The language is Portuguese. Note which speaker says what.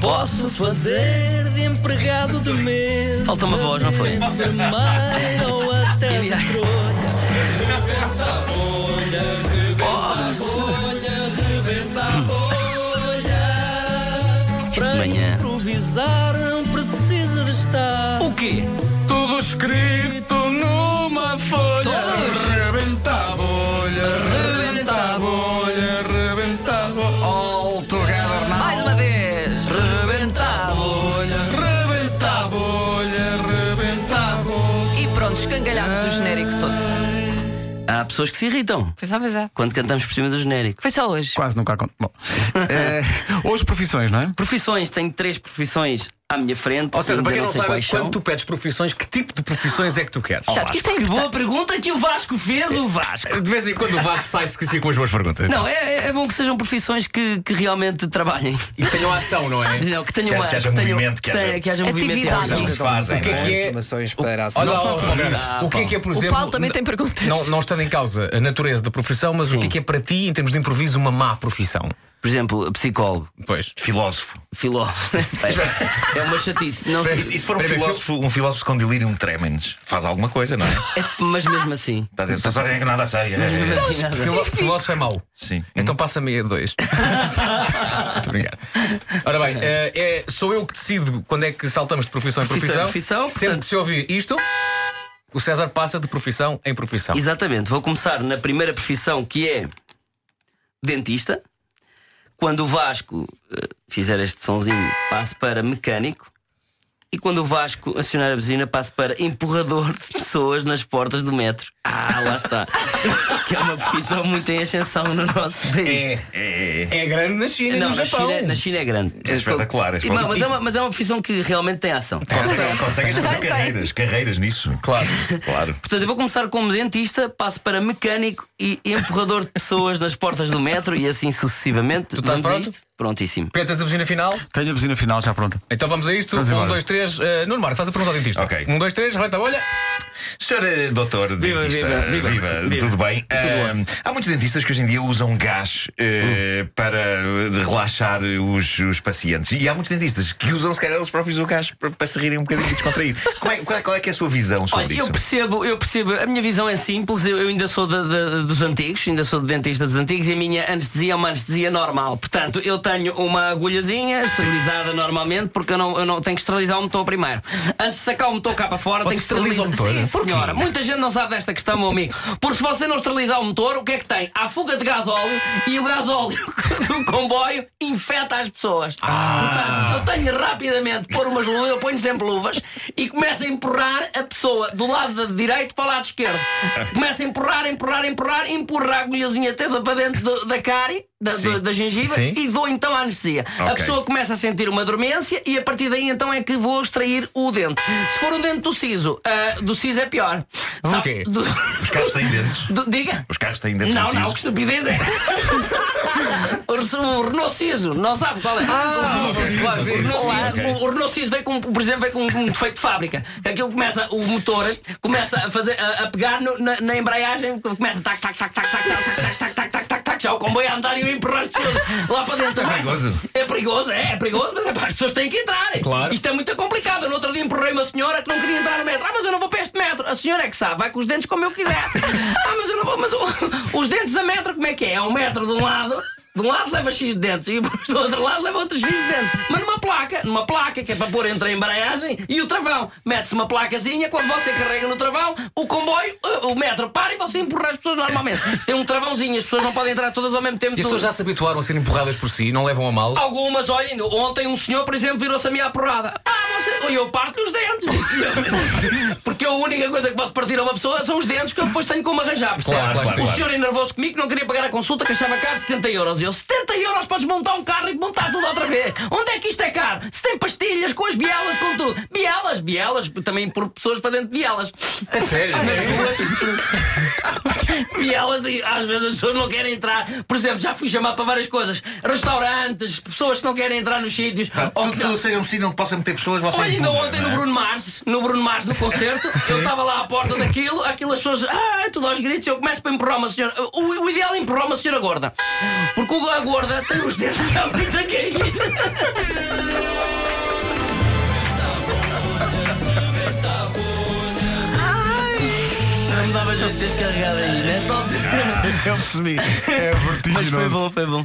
Speaker 1: Posso fazer de empregado de mesa.
Speaker 2: Falta uma voz, não foi?
Speaker 1: de enfermeira ou até de
Speaker 2: Iria-
Speaker 1: trolha.
Speaker 2: de
Speaker 1: Para
Speaker 2: manhã.
Speaker 1: improvisar não precisa de estar.
Speaker 2: O quê?
Speaker 3: Tudo escrito numa folha.
Speaker 2: Todos.
Speaker 3: Rebenta a bolha, rebenta a bolha, rebenta a bolha. All together now.
Speaker 2: Mais uma vez. Rebentado.
Speaker 3: Bolha, rebenta a bolha, rebenta a bolha.
Speaker 4: E pronto, escangalhámos o genérico todo.
Speaker 2: Há pessoas que se irritam
Speaker 4: Pois é, pois é.
Speaker 2: quando cantamos por cima do genérico.
Speaker 4: Foi só hoje.
Speaker 3: Quase nunca acontece. Bom, eh, hoje profissões, não é?
Speaker 2: Profissões, tenho três profissões à minha frente.
Speaker 5: Ou seja,
Speaker 2: ainda
Speaker 5: para quem não,
Speaker 2: sei
Speaker 5: sabe,
Speaker 2: quais são.
Speaker 5: quando tu pedes profissões, que tipo de profissões é que tá tu queres?
Speaker 4: Sabe que isto é
Speaker 2: Que tá, boa
Speaker 4: importante.
Speaker 2: pergunta que o Vasco fez, o Vasco.
Speaker 5: De vez em quando o Vasco sai esquecido com as boas perguntas.
Speaker 2: Não, é, é bom que sejam profissões que, que realmente trabalhem.
Speaker 5: E tenham ação, não é?
Speaker 2: Não, que tenham
Speaker 5: Quer-
Speaker 2: uma.
Speaker 5: que haja
Speaker 2: tenham-
Speaker 5: movimento, que haja-
Speaker 2: que haja movimento e
Speaker 4: Atividades.
Speaker 2: ação.
Speaker 5: se fazem.
Speaker 6: O
Speaker 5: que é que é?
Speaker 6: Informações para a
Speaker 5: Olha
Speaker 6: Não
Speaker 5: lá,
Speaker 6: façam
Speaker 5: Rodrigo,
Speaker 2: isso.
Speaker 5: o que é que é, por
Speaker 4: O
Speaker 5: exemplo.
Speaker 4: Paulo também tem perguntas.
Speaker 5: Não, não estando em causa a natureza da profissão, mas o que é que é para ti, em termos de improviso, uma má profissão?
Speaker 2: Por exemplo, psicólogo,
Speaker 5: Pois.
Speaker 7: Filósofo.
Speaker 2: filósofo. É uma chatice. Não
Speaker 7: E
Speaker 2: sei,
Speaker 7: se for um
Speaker 5: Espera aí,
Speaker 7: filósofo, um filósofo com delirium tremens, faz alguma coisa, não é?
Speaker 2: é, mas mesmo assim.
Speaker 7: Está a dizer, só que nada sei. é, é, é."
Speaker 5: Então,
Speaker 2: Mesmo assim nada.
Speaker 5: Filó- Filósofo é mau.
Speaker 7: Sim. É
Speaker 5: Então passa-me a dois. Muito obrigado. Ora bem, eh, é, sou eu que decido quando é que saltamos de profissão em
Speaker 2: Profissão
Speaker 5: profissão.
Speaker 2: em profissão,
Speaker 5: Sempre
Speaker 2: portanto-
Speaker 5: que se ouvir isto, o César passa de profissão em
Speaker 7: Ah.
Speaker 5: profissão.
Speaker 2: Exatamente, vou começar na primeira profissão que é dentista. Quando o Vasco eh, fizer este sonzinho, passo para mecânico. E quando o Vasco acionar a buzina, passo para empurrador de pessoas nas portas do metro. Ah, lá está. que é uma profissão muito em ascensão no nosso país.
Speaker 7: É, é, é.
Speaker 5: É grande na China
Speaker 2: Não, na China, na China é grande.
Speaker 7: É espetacular, é
Speaker 2: E, não, mas, é
Speaker 7: espetacular.
Speaker 2: uma, mas é uma profissão que realmente tem ação.
Speaker 7: Conseguem, conseguem fazer carreiras, carreiras nisso.
Speaker 5: Claro.
Speaker 7: Claro.
Speaker 2: Portanto, eu vou começar como dentista, passo para mecânico e empurrador de pessoas nas portas do metro e assim sucessivamente.
Speaker 5: Tu estás
Speaker 2: Vamos a
Speaker 5: pronto?
Speaker 2: isto? Prontíssimo.
Speaker 5: Petas a buzina final?
Speaker 3: Tenho a buzina final já pronta.
Speaker 5: Então vamos a isto.
Speaker 3: Vamos
Speaker 5: um,
Speaker 3: embora.
Speaker 5: dois, três. eh, Nuno Marco, faz a pergunta ao dentista.
Speaker 7: Ok.
Speaker 5: Um, dois, três, rebenta a bolha.
Speaker 7: Senhor eh, doutor
Speaker 2: Viva,
Speaker 7: dentista,
Speaker 2: viva, viva, viva.
Speaker 7: tudo bem? Ahm, há muitos dentistas que hoje em dia usam gás eh, para eh, de relaxar os, os pacientes. E há muitos dentistas que usam, se calhar, eles próprios o gás para, para se rirem um bocadinho e descontrair. Como é- qual, é, qual é que é a sua visão sobre
Speaker 2: Olha,
Speaker 7: isso?
Speaker 2: eu percebo, eu percebo. A minha visão é simples. Eu, eu ainda sou da- da- dos antigos, ainda sou de dentista dos antigos e a minha anestesia é uma anestesia normal. Portanto, eu tenho uma agulhazinha esterilizada normalmente, porque eu não, eu não tenho que esterilizar o motor primeiro. Antes de sacar o motor cá para fora,
Speaker 5: Você
Speaker 2: tenho que
Speaker 5: esteriliza
Speaker 2: esterilizar
Speaker 5: o motor? né?
Speaker 2: Sim, senhora. Muita gente não sabe desta questão, meu amigo. Porque se você não esterilizar o motor, o que é que tem? Há fuga de gás óleo e o gás óleo do comboio infeta as pessoas.
Speaker 5: Ah.
Speaker 2: Portanto, eu tenho de rapidamente pôr umas luvas, eu ponho sempre luvas e começo a empurrar a pessoa do lado de direito para o lado esquerdo. Começo a empurrar, empurrar, empurrar, empurrar a agulhazinha até para dentro do- da cárie, da, da- da gengiva
Speaker 5: Sim.
Speaker 2: e dou então a anestesia. A
Speaker 7: Ok.
Speaker 2: pessoa começa a sentir uma dormência e a partir daí então é que vou extrair o dente. Se for um dente do siso, ah, do siso é pior.
Speaker 5: O
Speaker 2: Sabe-
Speaker 5: quê?
Speaker 2: do-
Speaker 7: Os carros têm dentes.
Speaker 2: do- diga.
Speaker 7: Os carros têm dentes
Speaker 2: Não,
Speaker 7: precisos.
Speaker 2: não, que estupidez é. o Renault Siso, não sabe qual é.
Speaker 5: Ah, claro,
Speaker 2: O
Speaker 5: sim.
Speaker 2: Renault
Speaker 7: Claro.
Speaker 2: Siso- o- O Renault Siso vem com, por exemplo, vem com um defeito de fábrica. Que Aquilo começa, o motor começa a, fazer, a, a pegar no- na, na embreagem, começa tac, tac, tac, tac, tac, tac, tac, tac, tac, tac, tac, tac, já o comboio a andar e eu empurrar as pessoas lá para dentro.
Speaker 7: é
Speaker 2: É
Speaker 7: perigoso.
Speaker 2: perigoso, é, é perigoso, mas é pá, as pessoas têm que entrar.
Speaker 5: Claro.
Speaker 2: Isto é muito complicado. No outro dia empurrei uma senhora que não queria entrar no metro. Ah, mas eu não vou para este metro. A senhora é que sabe, vai com os dentes como eu quiser. ah, mas eu não vou, mas o- os dentes a metro, como é que é? É um metro de um lado. De um lado leva X de dentes e do outro lado leva outros X de dentes. Mas numa placa, numa placa que é para pôr entre a embreagem e o travão. Mete-se uma placazinha, quando você carrega no travão, o comboio, eh, o metro para e você empurra as pessoas normalmente. Tem um travãozinho, as pessoas não podem entrar todas ao mesmo tempo.
Speaker 5: E as pessoas já se habituaram a ser empurradas por si, não levam a mal.
Speaker 2: Algumas, olhem, ontem um senhor, por exemplo, virou-se a mim à porrada. Ah, você. Eu parto-lhe os dentes, disse eu. Porque a única coisa que posso partir a uma pessoa são os dentes que eu depois tenho como arranjar, percebe?
Speaker 5: Claro, claro,
Speaker 2: o
Speaker 5: claro.
Speaker 2: senhor enervou-se comigo que não queria pagar a consulta, que achava caro 70 euros. E Eu, 70 euros podes montar um carro e montar tudo outra vez. Onde é que isto é caro? Se tem pastilhas, com as bielas, com tudo. Bielas, bielas, também por pessoas para dentro de bielas.
Speaker 5: É sério,
Speaker 2: E elas, às vezes, as pessoas não querem entrar. Por exemplo, já fui chamar para várias coisas: restaurantes, pessoas que não querem entrar nos sítios. Ou
Speaker 7: Tudo,
Speaker 2: que-
Speaker 7: tudo seja um sítio onde possam meter pessoas, você
Speaker 2: Olha, ainda
Speaker 7: empurra,
Speaker 2: ontem
Speaker 7: não
Speaker 2: no
Speaker 7: é?
Speaker 2: Bruno Mars, no Bruno Mars, no concerto, eu estava lá à porta daquilo, aquelas pessoas, ah, tudo aos gritos, eu começo para empurrar uma senhora. O, o ideal é empurrar uma senhora gorda. Porque o- a gorda tem os dedos já muito a cair.
Speaker 3: mas não me tens carregado aí, né? Só-
Speaker 2: né? Eu percebi. É vertiginoso.
Speaker 3: Mas foi bom, foi bom.